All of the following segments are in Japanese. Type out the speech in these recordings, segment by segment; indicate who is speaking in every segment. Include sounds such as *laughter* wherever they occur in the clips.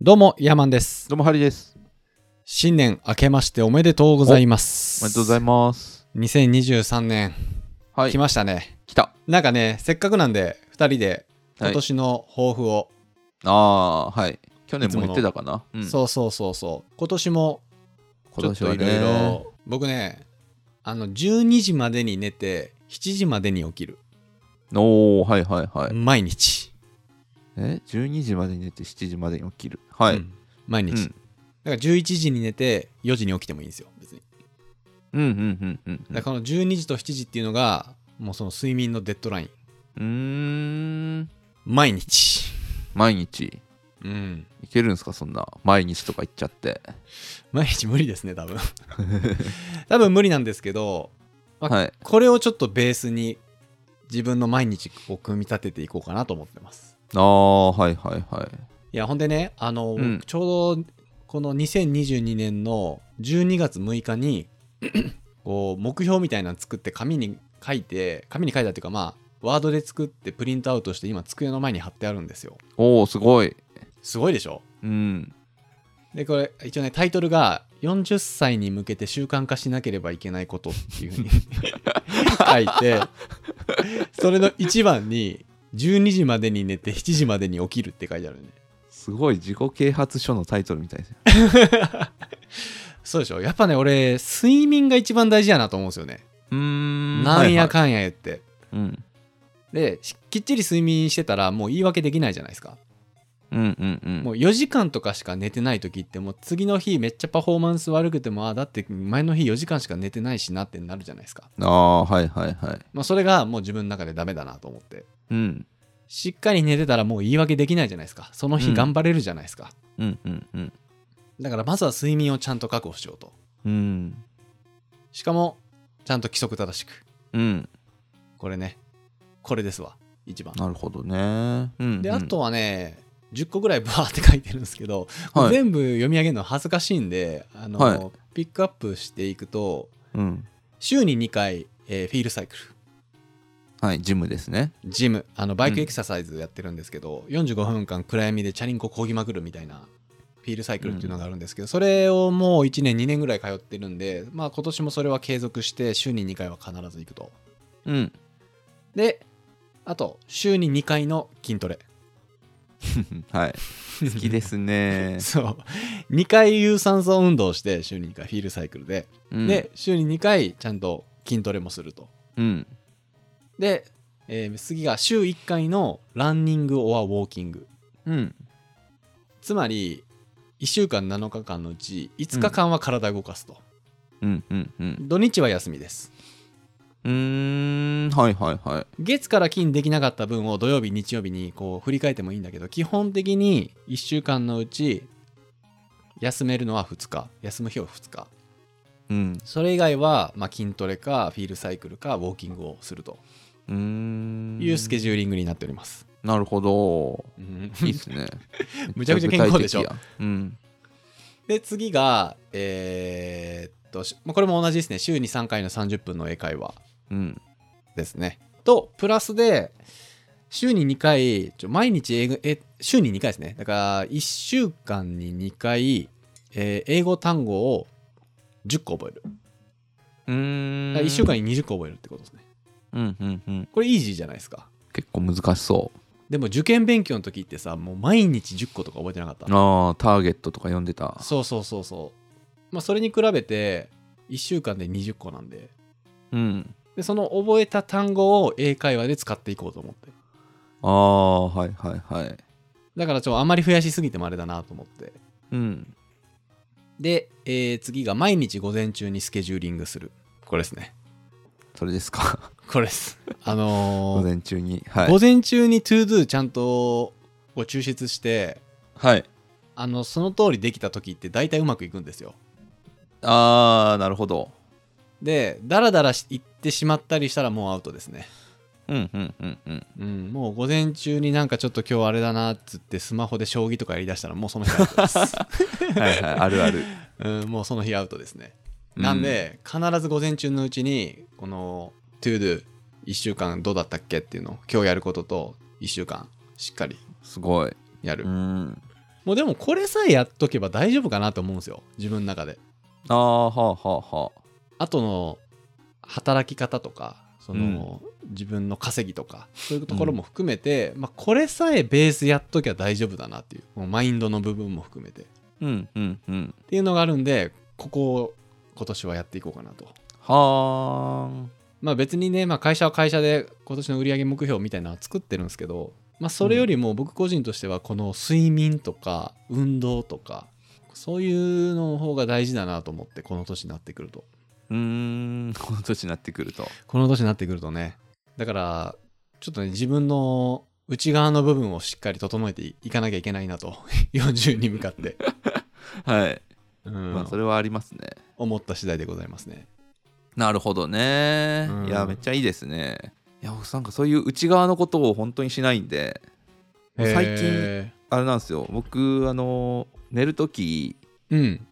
Speaker 1: どうも、ヤーマンです。
Speaker 2: どうもハリーです。
Speaker 1: 新年明けましておめでとうございます。
Speaker 2: おめでとうございます。
Speaker 1: ます。2023年、
Speaker 2: はい。
Speaker 1: 来ましたね。
Speaker 2: 来た。
Speaker 1: なんかね、せっかくなんで、2人で
Speaker 2: は
Speaker 1: 今
Speaker 2: い、
Speaker 1: 年の抱負を、
Speaker 2: ああー、はい。去年も言ってたかな。うん
Speaker 1: そうそうそうそう、今年もちょっといろいろ、僕ね、あの、12時までに寝て、7時までに起きる。
Speaker 2: おお、はいはいはい。
Speaker 1: 毎日。
Speaker 2: え、12時までに寝て7時までに起きる。は
Speaker 1: う
Speaker 2: い。
Speaker 1: ん毎
Speaker 2: う
Speaker 1: 日。
Speaker 2: ん
Speaker 1: だから11時に寝て、4時に起きてもいいんですよ、別に。
Speaker 2: うんうんうんうん。
Speaker 1: だからこの12時と7時っていうのが、もうその睡眠のデッドライン。
Speaker 2: うーん。
Speaker 1: 毎日。
Speaker 2: 毎日。
Speaker 1: うん。
Speaker 2: いけるんですか、そんな。毎日とか言っちゃって。
Speaker 1: 毎日無理ですね多分 *laughs* 多分無理なんですけどあ
Speaker 2: はい。
Speaker 1: これをちょっとベースに自分の毎日を組み立てていこうかなと思ってます
Speaker 2: ああ、はいはいはい。
Speaker 1: いやほんでねあの、
Speaker 2: うん
Speaker 1: ちょうどこの2022年の12月6日に *clears throat* こう目標みたいなの作って紙に書いて紙に書いたっていうかまあワードで作ってプリントアウトして今机の前に貼ってあるんですよ
Speaker 2: おお、すごい。
Speaker 1: すごいでしょ
Speaker 2: うん。
Speaker 1: でこれ一応ねタイトルが「40歳に向けて習慣化しなければいけないこと」っていうふう
Speaker 2: *laughs*
Speaker 1: に書いてそれの1番に「12時までに寝て7時までに起きる」って書いてあるね
Speaker 2: すごい自己啓発書のタイトルみたいですね。
Speaker 1: そうでしょやっぱね俺睡眠が一番大事やなと思うんですよね、
Speaker 2: うーん
Speaker 1: なんや。かんや言って、
Speaker 2: はいはいうん。
Speaker 1: でしきっちり睡眠してたらもう言い訳できないじゃないですか
Speaker 2: うんうんうん。
Speaker 1: もう4時間とかしか寝てない時ってもう次の日めっちゃパフォーマンス悪くてもあだって前の日4時間しか寝てないしなってなるじゃないですか
Speaker 2: ああ、はいはいはい。
Speaker 1: まあ、それがもう自分の中でダメだなと思って
Speaker 2: うん。
Speaker 1: しっかり寝てたらもう言い訳できないじゃないですかその
Speaker 2: う
Speaker 1: 日
Speaker 2: ん
Speaker 1: 頑張れるじゃないですか、
Speaker 2: うんうんうん。
Speaker 1: だからまずは睡眠をちゃんと確保しようと
Speaker 2: うん。
Speaker 1: しかもちゃんと規則正しく
Speaker 2: うん。
Speaker 1: これねこれですわ一番
Speaker 2: なるほどね。うん、
Speaker 1: で
Speaker 2: うん
Speaker 1: あと、はね10個ぐらいバーって書いてるんですけど、
Speaker 2: はい
Speaker 1: 全部読み上げるの恥ずかしいんであの、
Speaker 2: はい
Speaker 1: ピックアップしていくと
Speaker 2: うん。
Speaker 1: 週に2回、えーフィールサイクル
Speaker 2: はい、ジムですね。
Speaker 1: ジムあのバイク
Speaker 2: うん
Speaker 1: エクササイズやってるんですけど、45分間暗闇でチャリンコ漕ぎまくるみたいなフィールサイクルっていうのがあるんですけど、それをもう1年2年ぐらい通ってるんで、まあ、今年もそれは継続して週に2回は必ず行くと
Speaker 2: うん。
Speaker 1: であと週に2回の筋トレ。
Speaker 2: はい。好きですね
Speaker 1: そう2回有酸素運動をして週に2回フィールサイクルで、
Speaker 2: うん、
Speaker 1: で週に2回ちゃんと筋トレもすると
Speaker 2: うん。
Speaker 1: で、えー次が週1回のランニングオアウォーキング
Speaker 2: うん。
Speaker 1: つまり1週間7日間のうち5日間は体を動かすと、
Speaker 2: うん。うん。うん。
Speaker 1: 土日は休みです
Speaker 2: うーん。はいはいはい。
Speaker 1: 月から金できなかった分を土曜日日曜日にこう振り返ってもいいんだけど基本的に1週間のうち休めるのは2日休む日は2日
Speaker 2: うん。
Speaker 1: それ以外はまあ筋トレかフィールサイクルかウォーキングをすると
Speaker 2: うーん。
Speaker 1: いうスケジューリングになっております、 *laughs*
Speaker 2: なるほど。
Speaker 1: うん
Speaker 2: いいですね。
Speaker 1: むちゃくちゃ健康でしょ
Speaker 2: めっちゃ具体的や。うん。
Speaker 1: で次がえーっとしまあこれも同じですね週に3回の30分の英会話
Speaker 2: うん。
Speaker 1: ですね。と、プラスで、週に2回、ちょ毎日英語、え、週に2回ですね。だから、1週間に2回、えー英語単語を10個覚える。
Speaker 2: うーん。
Speaker 1: 1週。間に20個覚えるってことですね。
Speaker 2: うんうんうん。
Speaker 1: これイージーじゃないですか。
Speaker 2: 結構難しそう。
Speaker 1: でも、受験勉強の時ってさ、もう毎日10個とか覚えてなかった。
Speaker 2: ああ、ターゲットとか読んでた。
Speaker 1: そうそうそうそう。まあ、それに比べて、1週間で20個なんで。
Speaker 2: うん。
Speaker 1: で、その覚えた単語を英会話で使っていこうと思って。
Speaker 2: ああ、はいはいはい。
Speaker 1: だから、ちょっとあんまり増やしすぎてもあれだなと思って。
Speaker 2: うん。
Speaker 1: で、えー次が毎日午前中にスケジューリングする。これですね。
Speaker 2: それですか。
Speaker 1: これです。 *laughs* あのー
Speaker 2: *laughs* 午前中に。はい。
Speaker 1: 午前中に to do ちゃんとを抽出して、
Speaker 2: はい。
Speaker 1: あの、その通りできた時って大体うまくいくんですよ。
Speaker 2: あー、なるほど。
Speaker 1: で、ダラダラし行ってしまったりしたらもうアウトですね。
Speaker 2: うんうんうんうん。
Speaker 1: うん、もう午前中になんかちょっと今日あれだなっつってスマホで将棋とかやりだしたらもうその日アウトです。
Speaker 2: はいはい、あるある。
Speaker 1: うん、もうその日アウトですね。なんで、必ず午前中のうちに、この、トゥードゥ、1週間どうだったっけっていうのを、今日やることと、1週間、しっかり
Speaker 2: うん、すごい。
Speaker 1: やる。
Speaker 2: うん。
Speaker 1: もうでもこれさえやっとけば大丈夫かなと思うんですよ自分の中で
Speaker 2: ああはあはあはあ
Speaker 1: あとの働き方とかその、自分の稼ぎとかそういうところも含めて、まあ、これさえベースやっときゃ大丈夫だなっていうこのマインドの部分も含めてっ
Speaker 2: うんうんうん
Speaker 1: ていうのがあるんでここを今年はやっていこうかなと
Speaker 2: はーん
Speaker 1: まあ別にね、まあ、会社は会社で今年の売上目標みたいなのは作ってるんですけど、まあ、それよりも僕個人としてはこの睡眠とか運動とかそういうのの方が大事だなと思ってこの年になってくると
Speaker 2: うーんこの年になってくると
Speaker 1: この年になってくるとねだからちょっとね自分の内側の部分をしっかり整えていかなきゃいけないなと *laughs* 40に向かって、
Speaker 2: はい、
Speaker 1: うん
Speaker 2: まあそれはありますね
Speaker 1: 思った次第でございますね
Speaker 2: なるほどね、
Speaker 1: うん
Speaker 2: いやめっちゃいいですねいや僕なんかそういう内側のことを本当にしないんで最近
Speaker 1: へ
Speaker 2: あれなんですよ僕あの寝るとき
Speaker 1: ーうん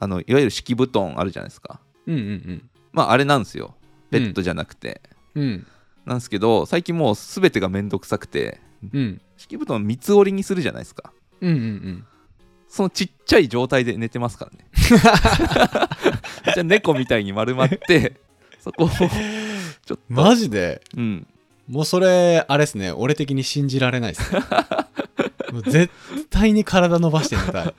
Speaker 2: あのいわゆる敷布団あるじゃないですか
Speaker 1: うんうん
Speaker 2: まああれなんですよベッドじゃなくて、
Speaker 1: うんうん
Speaker 2: なんですけど最近もう全てがめんどくさくて
Speaker 1: うん
Speaker 2: 敷布団を三つ折りにするじゃないですか
Speaker 1: うんうんうん
Speaker 2: そのちっちゃい状態で寝てますから *laughs* ねじゃあ猫みたいに丸まってそこをちょっと、
Speaker 1: マジで
Speaker 2: うん
Speaker 1: もうそれ、あれですね、俺的に信じられないですね。もう絶対に体伸ばして寝たい。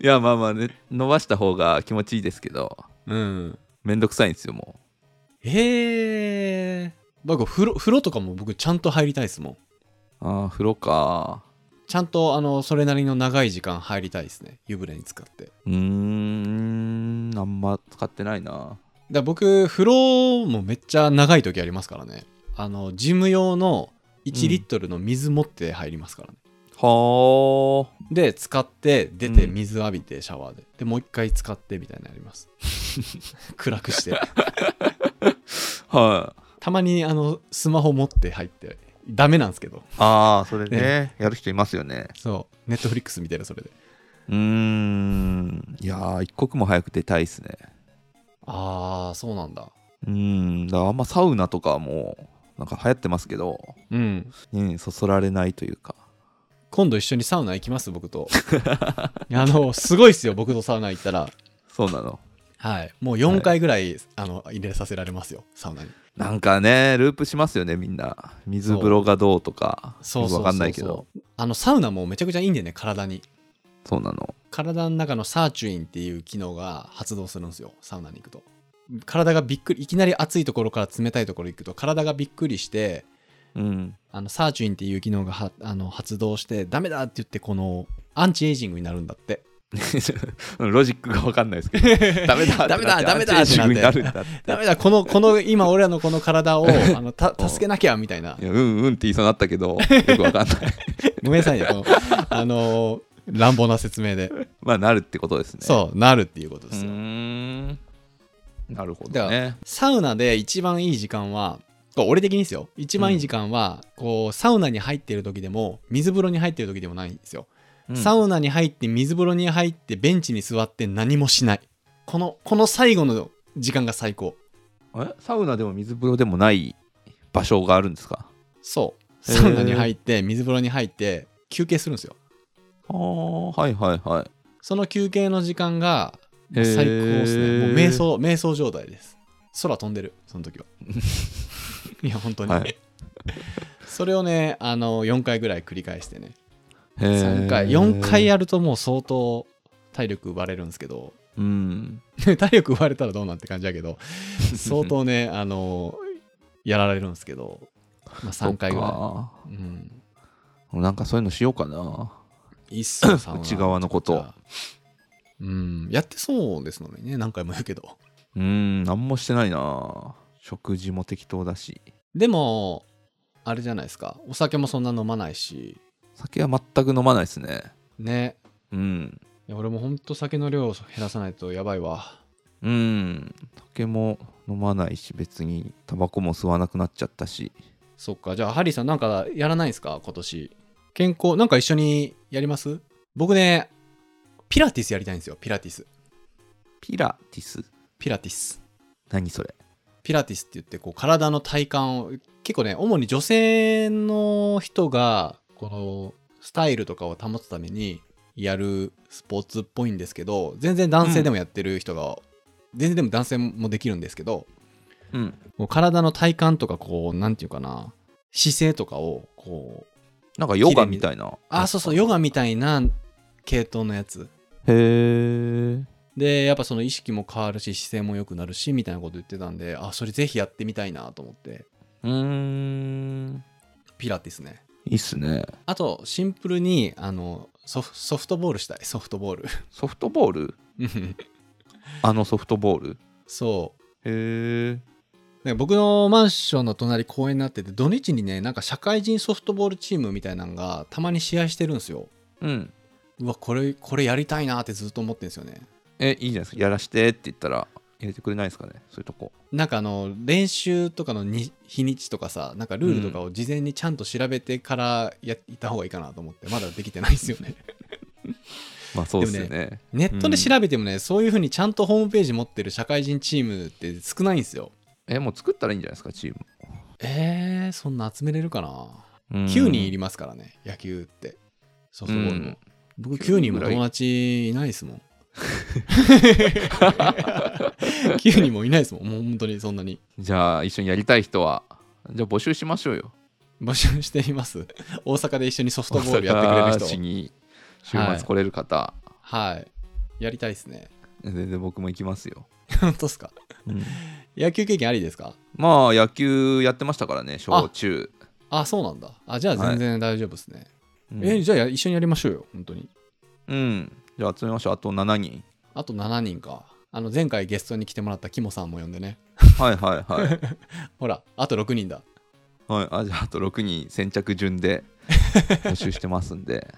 Speaker 2: いやまあまあ、ね、伸ばした方が気持ちいいですけど
Speaker 1: うん。
Speaker 2: めんどくさいんですよも
Speaker 1: へえ。僕風呂、風呂とかも僕ちゃんと入りたいですもん。
Speaker 2: うああ風呂か
Speaker 1: ちゃんと、あの、それなりの長い時間入りたいですね。湯船に使って。だか
Speaker 2: うーんあんま使ってないな
Speaker 1: ら僕、風呂もめっちゃ長い時ありますからね。あの、ジム用の1リットルの水持って入りますからね。
Speaker 2: はあ
Speaker 1: で、使って、出て、
Speaker 2: うん
Speaker 1: 水浴びて、シャワーで。で、もう一回使って、みたいなのやります。 *laughs* 暗くして。
Speaker 2: はい
Speaker 1: たまにあのスマホ持って入ってダメなんですけど
Speaker 2: ああそれ
Speaker 1: ね
Speaker 2: ねやる人いますよね
Speaker 1: そうネットフリックス見てるそれで
Speaker 2: うーんいやー一刻も早く出たいっすね
Speaker 1: ああそうなんだ
Speaker 2: うーんだからあんまサウナとかもなんか流行ってますけど、
Speaker 1: うん
Speaker 2: ね、そそられないというか
Speaker 1: 今度一緒にサウナ行きます僕と *laughs* あのすごいっすよ僕とサウナ行ったら
Speaker 2: そうなの
Speaker 1: はいもう4回ぐらい、あの入れさせられますよサウナに
Speaker 2: なんかねループしますよねみんな水風呂がどうとか
Speaker 1: そうそうそうそう
Speaker 2: わかんないけど
Speaker 1: あのサウナもめちゃくちゃいいんでね体に
Speaker 2: そうなの
Speaker 1: 体の中のサーチュインっていう機能が発動するんですよサウナに行くと体がびっくりいきなり暑いところから冷たいところ行くと体がびっくりして
Speaker 2: うん *laughs*
Speaker 1: あのサーチュインっていう機能がはあの発動してダメだって言ってこのアンチエイジングになるんだって
Speaker 2: ロジックがわかんないですけ
Speaker 1: *laughs*
Speaker 2: どダメだ
Speaker 1: ダメだダメだ
Speaker 2: アンチエイジングにな
Speaker 1: って
Speaker 2: るん
Speaker 1: な
Speaker 2: だって
Speaker 1: *laughs* ダメだこのこの今俺らのこの体
Speaker 2: *laughs*
Speaker 1: をあのた助けなきゃみたいない
Speaker 2: やうんうんって言いそうになったけ
Speaker 1: *laughs*
Speaker 2: どよくわかんない
Speaker 1: ごめんなさいねこのあの乱暴な説明で
Speaker 2: まあなるってことですね
Speaker 1: そうなるっていうこと
Speaker 2: う
Speaker 1: ですよ
Speaker 2: ーんなるほ
Speaker 1: だ
Speaker 2: ど
Speaker 1: か
Speaker 2: ね
Speaker 1: サウナで一番いい時間はこう俺的にですよ一番いい時間は、こうサウナに入ってる時でも水風呂に入ってる時でもないんですよサ
Speaker 2: ウ
Speaker 1: ウナに入って水風呂に入ってベンチに座って何もしないこのこの最後の時間が最高
Speaker 2: えサウナでも水風呂でもない場所があるんですか
Speaker 1: そう
Speaker 2: へー
Speaker 1: サウナに入って水風呂に入って休憩するんですよ
Speaker 2: あーはいはいはい
Speaker 1: その休憩の時間がもう最高です
Speaker 2: へ
Speaker 1: ね
Speaker 2: ー
Speaker 1: もう瞑想瞑想状態です空飛んでるその時は
Speaker 2: *laughs*
Speaker 1: いや本当に、
Speaker 2: はい
Speaker 1: それをねあの4回ぐらい繰り返してね
Speaker 2: 3
Speaker 1: 3回4回
Speaker 2: や
Speaker 1: やるともう相当体力奪われるんですけど *laughs*
Speaker 2: うん
Speaker 1: 体力奪われたらどうなんて感じだけど相当
Speaker 2: *laughs*
Speaker 1: ねあのやられるんですけど、まあ、3回ぐら
Speaker 2: ら
Speaker 1: い、うん、
Speaker 2: いなんかそういうのしようかない
Speaker 1: いっすよサウナ
Speaker 2: 内側のこと
Speaker 1: うんやってそうですのにね何回も言うけど
Speaker 2: うーん何もしてないな食事も適当だし
Speaker 1: でもあれじゃないですかお酒もそんな飲まないし
Speaker 2: 酒は全く飲まないですね
Speaker 1: ね
Speaker 2: うん
Speaker 1: いや俺もほんと酒の量を減らさないとやばいわ
Speaker 2: うん酒も飲まないし別にタバコも吸わなくなっちゃったし
Speaker 1: そっかじゃあハリーさんなんかやらないですか今年健康なんか一緒にやります僕ねピラティスやりたいんですよピラティス
Speaker 2: ピラティス
Speaker 1: ピラティス
Speaker 2: 何それ
Speaker 1: ピラティスって言ってこう体の体幹を結構ね主に女性の人がこのスタイルとかを保つためにやるスポーツっぽいんですけど全然男性でもやってる人が、全然でも男性もできるんですけど
Speaker 2: うん
Speaker 1: こう体の体幹とかこうなんていうかな姿勢とかをこう
Speaker 2: なんかヨガみたいな
Speaker 1: あそうそうヨガみたいな系統のやつ
Speaker 2: へえ
Speaker 1: でやっぱその意識も変わるし姿勢も良くなるしみたいなこと言ってたんであそれぜひやってみたいなと思って
Speaker 2: うーん
Speaker 1: ピラティスね
Speaker 2: いいっすね
Speaker 1: あとシンプルにあのソフソフトボールしたい *laughs* ソフトボール
Speaker 2: ソフトボール
Speaker 1: うん
Speaker 2: あのソフトボール
Speaker 1: そう
Speaker 2: へえ
Speaker 1: なんか僕のマンションの隣公園になってて土日にねなんか社会人ソフトボールチームみたいなのがたまに試合してるんですよ
Speaker 2: うん
Speaker 1: うわこれこれやりたいなってずっと思ってるんですよね
Speaker 2: えいいじゃないですかやらしてって言ったら入れてくれないですかねそういうとこ
Speaker 1: なんかあの練習とかのに日にちとかさなんかルールとかを事前にちゃんと調べてからやいた方がいいかなと思ってまだできてないんですよね
Speaker 2: まあそうです
Speaker 1: で
Speaker 2: よ
Speaker 1: も
Speaker 2: ね
Speaker 1: ネットで調べてもね、そういうふうにちゃんとホームページ持ってる社会人チームって少ないんですよ
Speaker 2: えもう作ったらいいんじゃないですかチーム
Speaker 1: えー、そんな集めれるかな
Speaker 2: うん
Speaker 1: 9人いりますからね野球ってソフトボールも、
Speaker 2: うん
Speaker 1: 僕9人も
Speaker 2: ぐらい
Speaker 1: 友達いないですも
Speaker 2: *laughs*
Speaker 1: ん9人もいないですもんもう本当にそんなに
Speaker 2: じゃあ一緒にやりたい人はじゃあ募集しましょうよ
Speaker 1: 募集しています大阪で一緒にソフトボールやってくれ
Speaker 2: 大
Speaker 1: る
Speaker 2: 阪市
Speaker 1: 人
Speaker 2: に週
Speaker 1: はい
Speaker 2: 末来れる方、
Speaker 1: はいやりたいですね
Speaker 2: 全然僕も行きますよ、
Speaker 1: 本当ですか野球経験ありですか
Speaker 2: まあ野球やってましたからね小中
Speaker 1: あそうなんだあじゃあ全然大丈夫ですね、
Speaker 2: うん
Speaker 1: えじゃあや一緒にやりましょうよ本当に
Speaker 2: うんじゃあ集めましょうあと7人 *laughs*
Speaker 1: あと7人かあの前回ゲストに来てもらったキモさんも呼んでね
Speaker 2: はいはいはい、
Speaker 1: ほらあと6人だ
Speaker 2: はい、あじゃああと6人先着順
Speaker 1: *laughs*
Speaker 2: で募集してますんで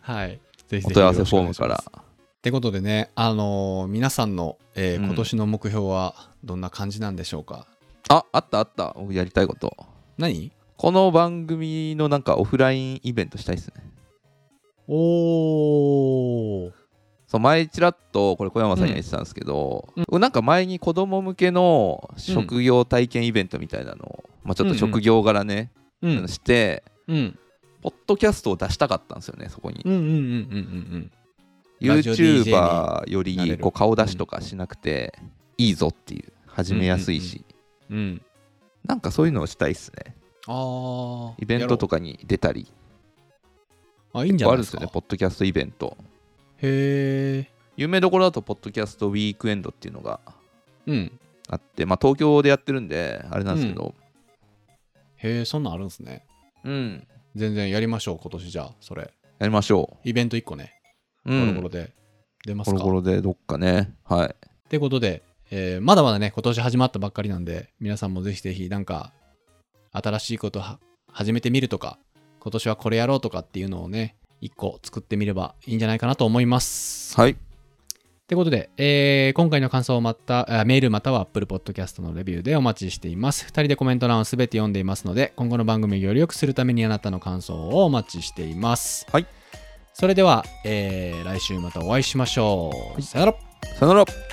Speaker 1: はいぜひぜひ
Speaker 2: お問い合わせフォー
Speaker 1: よろ
Speaker 2: ム
Speaker 1: しくお
Speaker 2: か
Speaker 1: 願いしますっ
Speaker 2: ら
Speaker 1: てことでね、あのー皆さんの、えー
Speaker 2: うん
Speaker 1: 今年の目標はどんな感じなんでしょうか、
Speaker 2: ああったあった僕やりたいこと
Speaker 1: 何
Speaker 2: この番組のなんかオフラインイベントしたいですね
Speaker 1: おー
Speaker 2: そう前ちらっとこれ小山さんには言ってたんですけど、
Speaker 1: うん
Speaker 2: なんか前に子供向けの職業体験イベントみたいなのを、まあ、ちょっと職業柄ね、
Speaker 1: うんうん
Speaker 2: して
Speaker 1: うん
Speaker 2: ポッドキャストを出したかったんですよねそこに、
Speaker 1: うんうんうんうんラジオ DJ に
Speaker 2: YouTuber よ
Speaker 1: なれ
Speaker 2: り
Speaker 1: る
Speaker 2: こう顔出しとかしなくていいぞっていう始めやすいし、
Speaker 1: うんうん
Speaker 2: なんかそういうのをしたいですね
Speaker 1: あ
Speaker 2: イベントと
Speaker 1: か
Speaker 2: かに出たり
Speaker 1: あいいんじゃ
Speaker 2: あ
Speaker 1: ない
Speaker 2: るん
Speaker 1: で
Speaker 2: です
Speaker 1: す
Speaker 2: よ
Speaker 1: か
Speaker 2: ねポッドキャストイベント
Speaker 1: へえ
Speaker 2: 有名どころだとポッドキャストウィークエンドっていうのが
Speaker 1: うん
Speaker 2: あって、まあ、東京でやってるんであれなんですけど、
Speaker 1: へえそんなんあるんですね
Speaker 2: うん、
Speaker 1: 全然やりましょう今年じゃあそれ
Speaker 2: やりましょ
Speaker 1: イベント1個ね
Speaker 2: う。う
Speaker 1: ゴロ
Speaker 2: ん、
Speaker 1: ゴロ
Speaker 2: ゴ
Speaker 1: で出ます
Speaker 2: ロ
Speaker 1: か、
Speaker 2: ゴロでどっかね。はい。
Speaker 1: ってことで、えーまだまだね、今年始まったばっかりなんで、皆さんもぜひぜひ、なんか、新しいことは始めてみるとか、今年はこれやろうとかっていうのをね、一個作ってみればいいんじゃないかなと思います。
Speaker 2: はい。
Speaker 1: ってことで、えー今回の感想をまた、あメールまたは Apple Podcast のレビューでお待ちしています。2人でコメント欄をすべて読んでいますので、今後の番組をより良くするためにあなたの感想をお待ちしています。
Speaker 2: はい。
Speaker 1: それでは、えー来週またお会いしましょう。さよなら。
Speaker 2: さよなら。